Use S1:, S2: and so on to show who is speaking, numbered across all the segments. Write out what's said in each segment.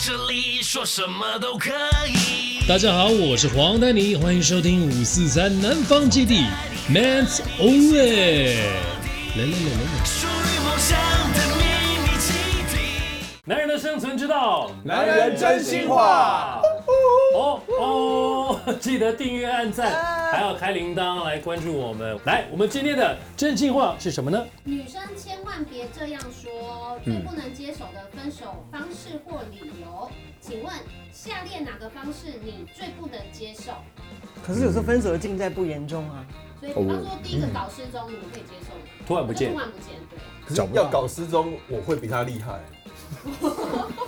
S1: 这里说什么都可以。
S2: 大家好，我是黄丹妮，欢迎收听五四三南方基地 Man's Only。来来来来来，
S1: 属于梦想的秘密基地。
S3: 男人的生存之道，
S4: 男人真心话。
S3: 哦哦，记得订阅、按赞，还要开铃铛来关注我们。来，我们今天的真心话是什么呢？
S5: 女生千万别这样说，
S3: 嗯
S5: 最不能接受的分手方式或理由，请问下列哪个方式你最不能接受？
S3: 哦
S6: 可是有时候分手的近在不言中啊，
S5: 所以，比方说第一个搞失踪，你们可以接受吗？
S3: 突然不见
S5: 突，然不见，对。
S4: 可是要搞失踪，我会比他厉害。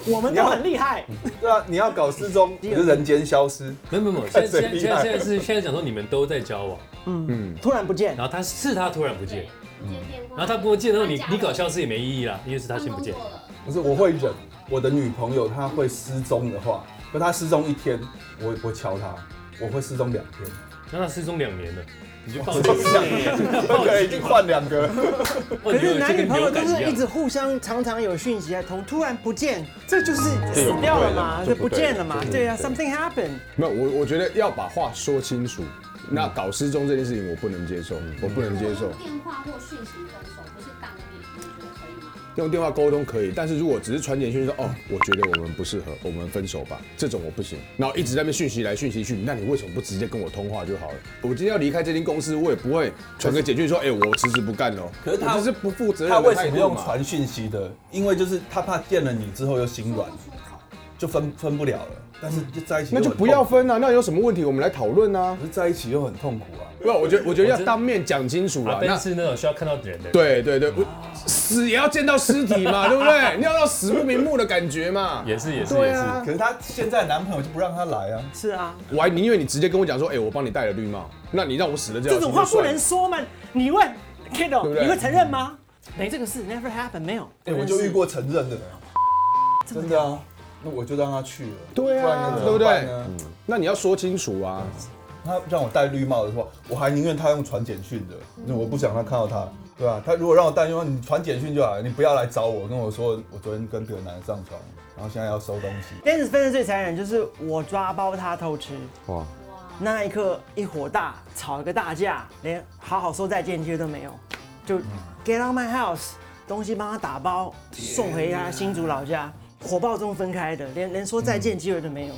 S6: 我们都很厉害。
S4: 对啊，你要搞失踪，你就人间消失。
S3: 没有没有没有， 现在
S4: 谁
S3: 现在
S4: 厉
S3: 现
S4: 害
S3: 在现在是现在讲说你们都在交往，
S6: 嗯，突然不见，
S3: 然后他是他突然不见 嗯
S5: 对，，不接电话。
S3: 然后他不见，然后你
S5: 搬家
S3: 你搞
S5: 了
S3: 消失也没意义啦，因为是他先不见
S6: 哦
S5: 换。工作了
S4: 可是我会忍，我的女朋友她会失踪的话，可她失踪一天，我也不会敲她，我会失踪两天。
S3: 那他失踪两年了，你就 报
S4: 失
S3: 警
S4: 踪。两天，我可能已经换两个了。
S3: 可
S6: 可是男女朋友都是一直互相常常有讯息啊，同突然不见，这就是死掉了嘛，这
S7: 这
S6: 不
S7: 不对了
S6: 见了嘛
S7: 这不，对
S6: 对啊，something happened。
S7: 没有，我我觉得要把话说清楚。那搞失踪这件事情，我不能接受，我不能接受
S5: 用。电话或讯息分手，不是当面，你觉得可以吗？
S7: 用电话沟通可以，但是如果只是传简讯说，哦，我觉得我们不适合，我们分手吧，这种我不行。然后一直在那边讯息来讯息去，那你为什么不直接跟我通话就好了？我今天要离开这间公司，我也不会传个简讯说，哎、我辞职不干了。
S4: 可是他
S7: 我这是不负责任
S4: 她
S7: 的
S4: 为
S7: 态
S4: 什么
S7: 度
S4: 用
S7: 嘛。
S4: 传讯息的？因为就是她怕见了你之后又心
S5: 说
S4: 软
S5: 不，出口，
S4: 就分分不了了。但是就在一起，
S7: 那就不要。分啊，那有什么问题我们来讨论啊
S4: 可。是在一起又很痛苦啊。
S7: 不，我觉得我觉得
S3: 我
S7: 要
S3: 真
S7: 当面讲清楚
S3: 阿
S7: 啊。那
S3: 奔是那种需要看到人的，，
S7: 对对
S3: 嗯
S7: 对，我死也要见到尸体 嘛，对不对？你要到死不瞑目的感觉嘛。
S3: 也是也是
S7: 对
S3: 也是。
S7: 啊，
S4: 可是她现在男朋友就不让她来啊。
S6: 是啊，
S7: 我还宁愿你直接跟我讲说，哎、我帮你戴了绿帽，那你让我死了这样
S6: 这
S7: 子
S6: 种话
S7: 就
S6: 不
S7: 算了
S6: 能说嘛，你问 Kido，
S7: 对不对
S6: 你会承认吗？没这个事，never happened，没有。
S4: 哎、我就遇过承认的人，真的啊，那我就让他去了，
S7: 对
S4: 不然
S7: 啊，
S4: 能
S7: 对不
S4: 怎么办
S7: 对？
S4: 呢？
S7: 那你要说清楚啊，
S3: 嗯
S4: 他让我戴绿帽的时候，我还宁愿他用传简讯的，那我不想他看到他，对吧、他如果让我戴绿帽，你传简讯就好了，你不要来找我，跟我说我昨天跟别的男人上床，然后现在要收东西。
S6: 但是分的最残忍就是我抓包他偷吃，
S7: 哇，
S6: 那一刻一火大，吵一个大架，连好好说再见机会都没有，就 get out my house，东西帮他打包送回他新竹老家，火爆中分开的，连连说再见机会都没有。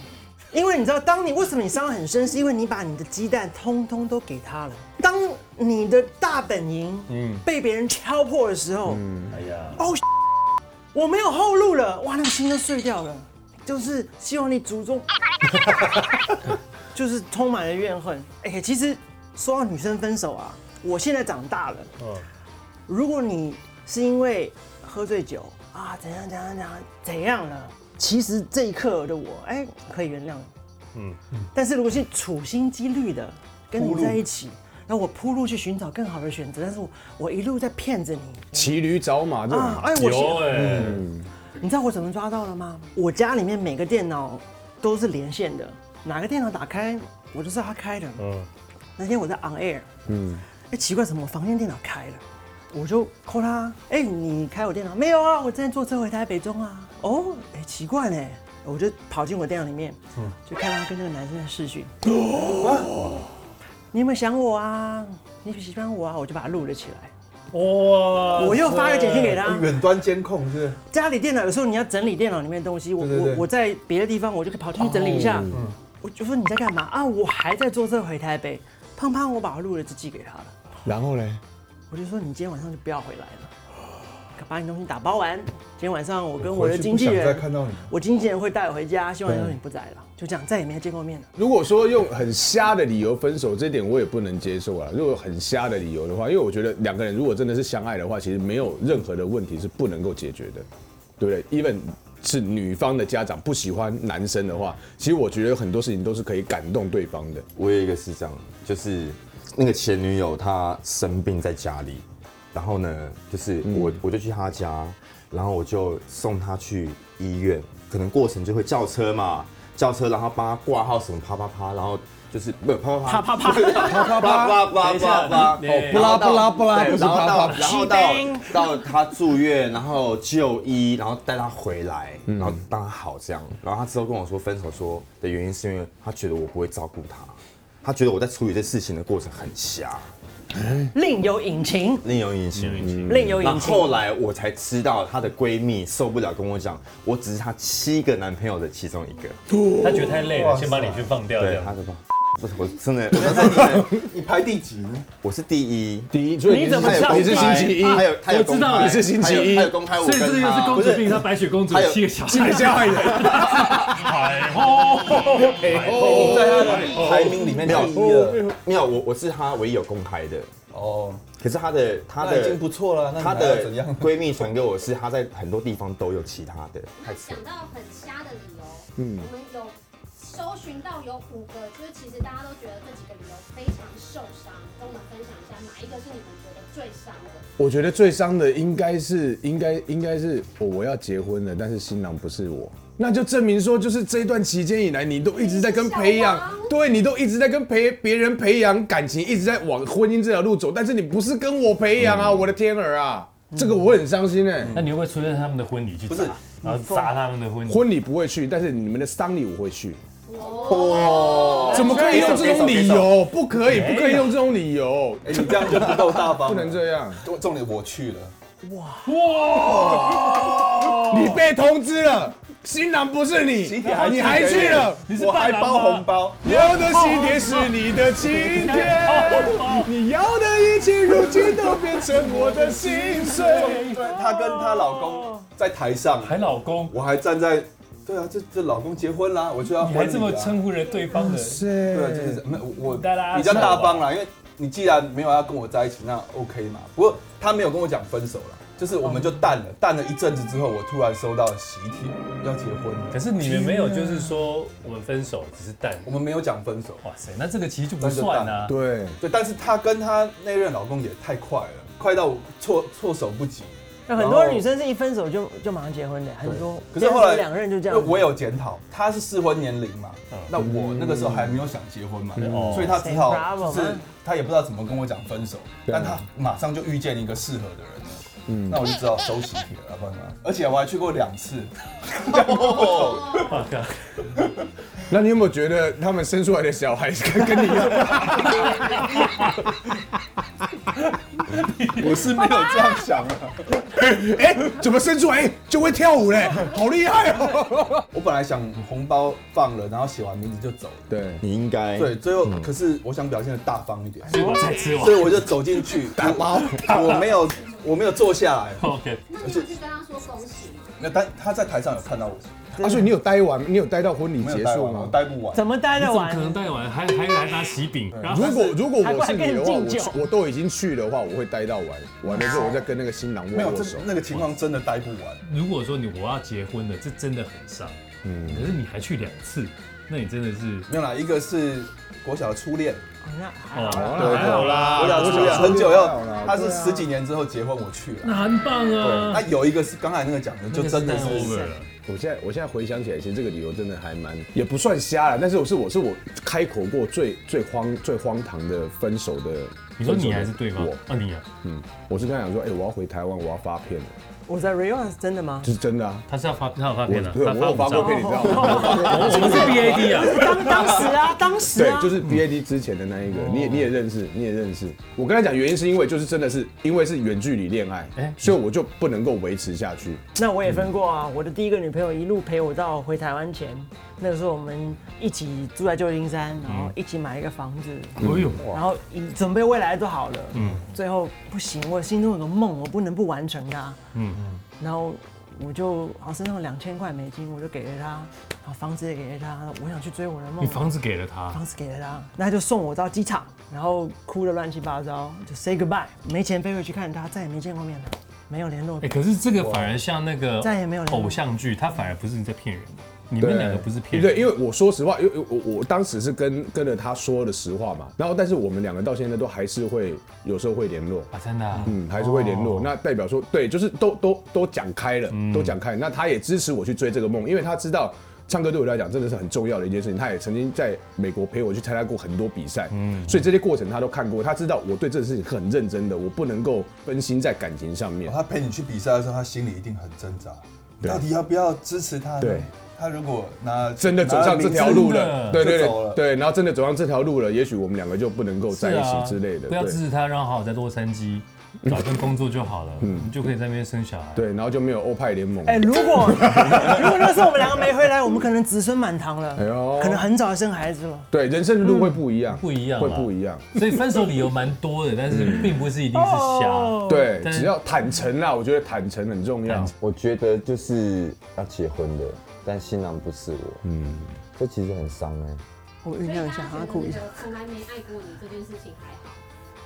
S6: 因为你知道，当你为什么你伤得很深，是因为你把你的鸡蛋通通都给他了。当你的大本营被别人敲破的时候，
S3: 哎呀，
S6: 哦，我没有后路了，哇，那个心都碎掉了。就是希望你祖宗， 就是充满了怨恨。哎、其实说到女生分手啊，我现在长大了，如果你是因为喝醉酒啊，怎样怎样怎样怎样了，其实这一刻的我，哎、可以原谅。嗯，但是如果是处心积虑的跟你在一起，然后我铺路去寻找更好的选择，但是我我一路在骗着你。
S7: 骑驴找马这种，
S6: 啊！哎，我是
S3: 有哎，
S6: 你知道我怎么抓到的吗？我家里面每个电脑都是连线的，哪个电脑打开我就知道它开的。
S3: 嗯
S6: 那天我在 on air，嗯，哎，奇怪，怎么我房间电脑开了？我就 call 他，哎，你开我电脑没有啊？我正在坐车回台北中啊。哦，哎，奇怪呢，我就跑进我电脑里面，就看他跟那个男生在视讯。你有没有想我啊？你喜欢我啊？我就把它录了起来。
S3: 哇，
S6: 我又发个简讯给他，
S4: 哎远端监控是不是？
S6: 家里电脑有时候你要整理电脑里面的东西，我
S4: 对对对嗯
S6: 我我在别的地方我就可以跑进去整理一下。我就说你在干嘛啊？我还在坐车回台北。胖胖，我把录了就寄给他了。
S7: 然后嘞，
S6: 我就说你今天晚上就不要回来了，把你东西打包完。今天晚上我跟我的经纪
S4: 回去不想
S6: 人
S4: 再看到你
S6: 我经纪人会带我回家，希望说你不在了，就这样再也没有见过面了。
S7: 如果说用很瞎的理由分手，这点我也不能接受啊。如果很瞎的理由的话，因为我觉得两个人如果真的是相爱的话，其实没有任何的问题是不能够解决的，对不对？even 是女方的家长不喜欢男生的话，其实我觉得很多事情都是可以感动对方的。
S8: 我有一个是这样，就是那个前女友她生病在家里，然后呢，就是
S7: 嗯
S8: 我、我就去她家，然后我就送她去医院，可能过程就会叫车嘛，叫车然后帮她挂号什么啪啪啪，然后就是不啪啪
S6: 啪
S8: 啪
S6: 啪啪，
S8: 啪啪啪
S3: 等
S8: 啪
S3: 一下
S8: 啪啪，
S3: 你
S8: 哦
S3: 你
S8: 不啦
S7: 不啦不啦
S8: 对
S7: 不是
S8: 然后
S7: 啪
S8: 到
S7: 啪
S8: 然后
S6: 起兵
S8: 到到他住院，然后就医，然后带他回来，
S7: 嗯
S8: 然后让他好这样。然后他之后跟我说分手说的原因是因为他觉得我不会照顾他，他觉得我在处理这事情的过程很瞎，
S6: 另有隐情，
S7: 嗯
S8: 另有隐情，隐
S4: 嗯
S8: 情。
S6: 另有
S8: 然
S6: 隐
S8: 后
S6: 情。
S8: 后来我才知道，她的闺蜜受不了跟我讲，我只是她七个男朋友的其中一个。
S3: 他觉得太累了，先把你去放掉这
S8: 对，
S3: 样
S8: 她。的吧？不是，我 真的，我那时候真的
S4: 你排第几呢？
S8: 我是第一，
S7: 第一，所以
S6: 你怎么
S7: 是
S6: 知道
S7: 你是星期一，
S8: 还有还有
S3: 我知道
S8: 公开
S7: 你是星期一
S8: 还有还有公开我
S3: 所以
S8: 跟
S3: 这个就是
S8: 她
S3: 公主病，她白雪公主
S8: 还有
S3: 七个小
S7: 基本
S3: 孩，
S7: 上人，
S3: 哎吼，
S4: 你哦在他的排名里面
S8: 哦没有哦
S4: 第一了。
S8: 没有，我我是她唯一有公开的，
S4: 哦，
S8: 可是她的她
S4: 那已
S8: 的
S4: 经不错了。那你
S8: 她
S4: 还要
S8: 的
S4: 怎样？
S8: 闺蜜传给我是她在很多地方都有其他的，
S5: 那
S8: 太扯了嗯
S5: 讲到很瞎的理由，我们有搜寻到有五个，就是其实大家都觉得这几个理由非常受伤，跟我们分享一下哪一个是你们觉得最伤的？
S7: 我觉得最伤的应该是，应该应该是我我要结婚了，但是新郎不是我，那就证明说，就是这段期间以来，你都一直在跟培养
S5: 小王，
S7: 对你都一直在跟培别人培养感情，一直在往婚姻这条路走，但是你不是跟我培养啊，我的天儿啊，这个我会很伤心哎、
S3: 那你会不会出现在他们的婚礼去砸？然后砸他们的婚礼？
S7: 婚礼不会去，但是你们的丧礼我会去。
S5: 哦
S8: 哇，
S7: 怎么可以用这种理由？哎不可以，不可以用这种理由，
S4: 哎，你这样就不够大 方了，
S7: 不能这样。
S4: 重。重点我去了，
S7: 你被通知了，哦新郎不是
S4: 喜
S7: 你
S4: 帖还，
S7: 你还去了。
S3: 你是
S4: 我还
S3: 伴郎
S4: 包
S3: 吗
S4: 红包。
S7: 我的喜帖是你的晴 天，你要的一切如今都变成我的心碎。
S4: 对，她跟她老公在台上，
S3: 啊还老公，
S4: 我还站在，对啊，这这老公结婚啦，我就要
S3: 你
S4: 婚礼、啊。
S3: 还这么称呼人对方的？
S7: 是
S4: 对，啊就是没有我
S3: 大家
S4: 比较大方啦，因为你既然没有要跟我在一起，那 OK 嘛。不过他没有跟我讲分手啦，就是我
S3: 哦
S4: 们就淡了，淡了一阵子之后，我突然收到喜帖，要结婚了。
S3: 可是你们没有，就是说我们分手只是淡。
S4: 我们没有讲分手，
S3: 哇塞，那这个其实就不算啊。
S7: 对，
S4: 对，但是她跟她那任老公也太快了，快到我措措手不及。
S6: 有很多
S4: 然后
S6: 女生是一分手就就马上结婚的，很多。
S4: 可是后来
S6: 两任就这样
S4: 因为。我有检讨，他是适婚年龄嘛，那我那个时候还没有想结婚嘛，
S6: 哦
S4: 所以他只好
S6: Same
S4: 就
S6: problem
S4: 是他也不知道怎么跟我讲分手，
S7: 对啊
S4: 但他马上就遇见一个适合的人了。那我就只好收喜帖了，不然嘛嗯而且我还去过两次，
S3: 哇靠
S7: 那你有没有觉得他们生出来的小孩跟跟你一样？
S4: 我是没有这样想啊的。
S7: 哎，怎么生出来就会跳舞嘞？好厉害哦！
S4: 我本来想红包放了，然后写完名字就走了。嗯
S7: 对，
S8: 你应该
S4: 对，最后可是我想表现的大方一点，
S3: 我才吃完
S4: 所。以我就走进去，打包，我没 有我没有坐下来，
S3: OK，
S5: 那你有去跟他说恭喜吗？
S4: 那但他在台上有看到我，
S7: 啊，所以你有待完，你有待到婚礼
S4: 没有
S7: 结
S4: 待
S7: 束
S4: 完，我
S7: 吗？
S4: 待不完。
S6: 怎么待得
S3: 怎么
S6: 完
S3: 可？能带完？还还还拿喜饼，然后
S7: 如果如果
S6: 还
S7: 我
S6: 不
S7: 是
S6: 然
S7: 你的话，
S6: 跟你敬酒
S7: 我我都已经去的话，我会待到完，完了之后我再跟那个新郎
S4: 没
S7: 握
S4: 有，
S7: 握
S4: 这
S7: 手。
S4: 那个情况真的待不完。
S3: 如果说你我要结婚了，这真的很伤。嗯，可是你还去两次，那你真的是
S4: 没有啦，一个是国小的初恋，
S6: 那还
S7: 啊
S6: 好啦。
S3: 哦还好啦
S4: 国小的初恋很久
S7: 还好
S4: 要
S7: 啦，
S4: 他是
S6: 啊
S4: 十几年之后结婚，我去了。
S3: 那很棒
S4: 对，那
S3: 啊，
S4: 有一个是刚才那个讲的，就真
S3: 那
S4: 的
S3: 个是 over
S4: 是
S3: 了。
S7: 我现在我现在回想起来，其实这个理由真的还蛮也不算瞎了，但是我是我是我开口过最最荒最荒唐的分手的。
S3: 你说
S7: 分手
S3: 你
S7: 的
S3: 还是对吗
S7: 我？
S3: 啊，你啊，
S7: 嗯，我是跟他讲说，哎、我要回台湾，我要发片了，
S6: 我在 Rio 是真的吗？
S7: 这是真的啊。
S3: 他是要发，他有发
S7: 我
S3: 片的，
S7: 对
S3: 他
S7: 我有
S3: 五
S7: 发过
S3: 张
S7: 片，你知 道吗？
S3: 我我们是 BAD 啊。
S6: 当当时 啊，当时
S7: 对
S6: 啊，，
S7: 就是 BAD 之前的那一个，
S3: 哦
S7: 你也你也认识，你也认识。我跟他讲原因是因为就是真的是因为是远距离恋爱，
S3: 哎
S7: 所以我就不能够维持下去。
S6: 那我也分过啊，我的第一个女朋友一路陪我到回台湾前，那个时候我们一起住在旧金山，然后一起买一个房子，
S3: 哎呦，
S6: 然后以准备未来都好了，嗯，最后不行，我心中有个梦，我不能不完成它，嗯然后我就好像身上两千块美金，我就给了他，然后房子也给了他，我想去追我的梦
S3: 你，房子给了他，
S6: 房子给了他，那他就送我到机场，然后哭的乱七八糟，就 say goodbye，没钱飞回去看他，再也没见过面了，没有联络
S3: 哎，，可是这个反而像那个
S6: 再也没有联络
S3: 偶像剧，他反而不是在骗人的，你
S7: 对
S3: 们两个不是骗
S7: 对，
S3: 人，
S7: 因为我说实话，因为我我我当时是跟跟着他说的实话嘛，然后但是我们两个到现在都还是会有时候会联络，
S3: 啊，真的啊，
S7: 嗯，还是会联络。那代表
S3: 嗯
S7: 说，对，就是都都都讲开了，都讲开了。那他也支持我去追这个梦，因为他知道。唱歌对我来讲真的是很重要的一件事情。他也曾经在美国陪我去参加过很多比赛，嗯，所以这些过程他都看过，他知道我对这个事情很认真的，我不能够分心在感情上面。
S4: 他陪你去比赛的时候，他心里一定很挣扎，
S7: 对
S4: 到底要不要支持他呢？
S7: 对
S4: 他如果拿
S7: 真的走上这条路了，
S4: 拿名次
S7: 对对
S4: 就
S7: 对
S4: 走了。
S7: 对，然后真的走上这条路了，也许我们两个就不能够在一起之类的，
S3: 啊不要
S7: 对
S3: 支持他，让他好好在洛杉矶 找份工作就好了，
S7: 嗯
S3: 你就可以在那边生小孩。
S7: 对，然后就没有欧派联盟。
S6: 哎，如果 如果那时候我们两个没回来，我们可能子孙满堂了
S7: 哎呦，
S6: 可能很早生孩子了。
S7: 对，人生的路会不一样，
S3: 嗯不一样啦啊
S7: 会不一样。
S3: 所以分手理由蛮多的，但是并不是一定是瞎。
S7: 对，
S3: 哦但
S7: 只要坦诚啦，我觉得坦诚很重要
S3: 坦诚。
S8: 我觉得就是要结婚的，但新郎不是我，嗯，这其实很伤哎、
S6: 我酝
S5: 所以
S6: 酿
S5: 大
S6: 一
S5: 家
S6: 下，
S5: 觉
S6: 好
S5: 得
S6: 好哭一
S5: 那
S6: 下。
S5: 个从来没爱过你这件事情还好，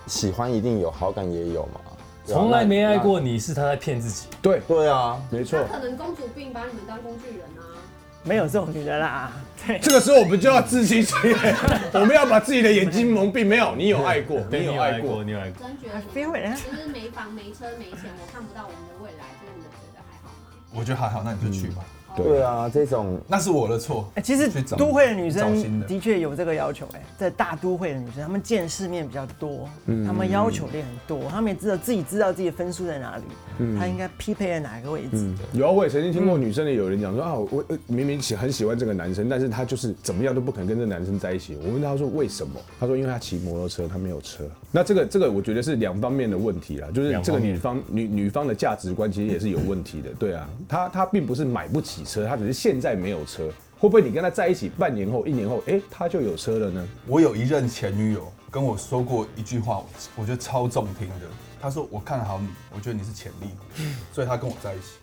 S8: 喜欢一定有，好感也有嘛，对啊
S3: 从来没爱。过你是他在骗自己，
S7: 对，
S8: 那那对啊，
S7: 没错
S5: 他。可能公主病把你们当工具人啊。
S6: 没有这种女 人啦，对，
S7: 这个时候我们就要自欺欺人， 我们要把自己的眼睛蒙蔽。没有，你有爱过，
S3: 对
S7: 你有爱过，
S3: 你有爱过。
S5: 真觉得你
S6: feel it
S5: 们其实没房没车没钱，我看不到我们的未来，所以你们觉得还好吗？
S4: 我觉得还好，那你就去吧，
S7: 嗯
S8: 对啊，这种
S4: 那是我的错
S6: 哎，。其实
S4: 去找
S6: 都会的女
S4: 找新
S6: 生
S4: 的
S6: 的确有这个要求，哎，在大都会的女生，她们见世面比较多，
S4: 嗯
S6: 她们要求的也很多，她们也知道自己知道自己的分数在哪里，
S4: 嗯
S6: 她应该匹配在哪个位置。
S7: 有啊，我也曾经听过女生的有人讲说啊，我呃明明喜很喜欢这个男生，但是他就是怎么样都不肯跟这个男生在一起。我问他说为什么？他说因为他骑摩托车，他没有车。那这个这个我觉得是两方面的问题啦，就是
S3: 两
S7: 这
S3: 方
S7: 个
S3: 面
S7: 女方女女方的价值观其实也是有问题的。对啊，她她并不是买不起车，她只是现在没有车。会不会你跟他在一起半年后、一年后，哎，他就有车了呢？
S4: 我有一任前女友跟我说过一句话，我我觉得超中听的。她说：“我看好你，我觉得你是潜力 股，所以她跟我在一起。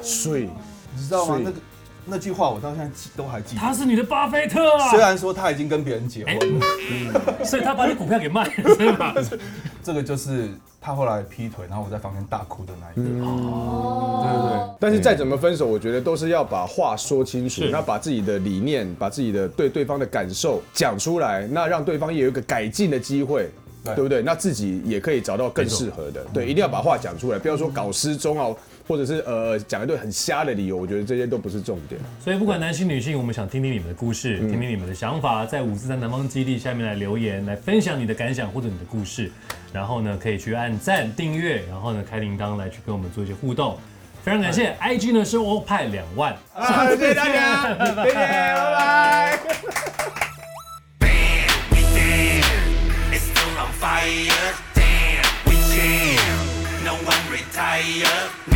S7: 所以”
S4: 你知道吗
S7: 所？以
S4: 那个那句话我到现在记都还记得。
S3: 他是你的巴菲特
S4: 虽
S3: 啊，
S4: 然说她已经跟别人 结婚了，
S3: 所以他把你股票给卖了，是 吧？
S4: 这个就是她后来劈腿，然后我在房间大哭的那一个。
S5: 哦，
S7: 但是再怎么分手，我觉得都是要把话说清楚
S3: 是，
S7: 那把自己的理念，把自己的对对方的感受讲出来，那让对方也有一个改进的机会。
S4: 对
S7: 对嗯不对？那自己也可以找到更适合的，对，一定要把话讲出来，不要说搞失踪啊，或者是呃讲一堆很瞎的理由，我觉得这些都不是重点。
S3: 所以不管男性女性，我们想听听你们的故事，
S7: 嗯
S3: 听听你们的想法，在五四三南方基地下面来留言，来分享你的感想或者你的故事。然后呢，可以去按赞、订阅，然后呢开铃铛来去跟我们做一些互动。非常感谢，IG 呢是欧派两万。
S7: 好，谢谢大家，谢谢，拜拜。
S1: Bam, we damn, it's still on fire. Damn, we jam, no one retire.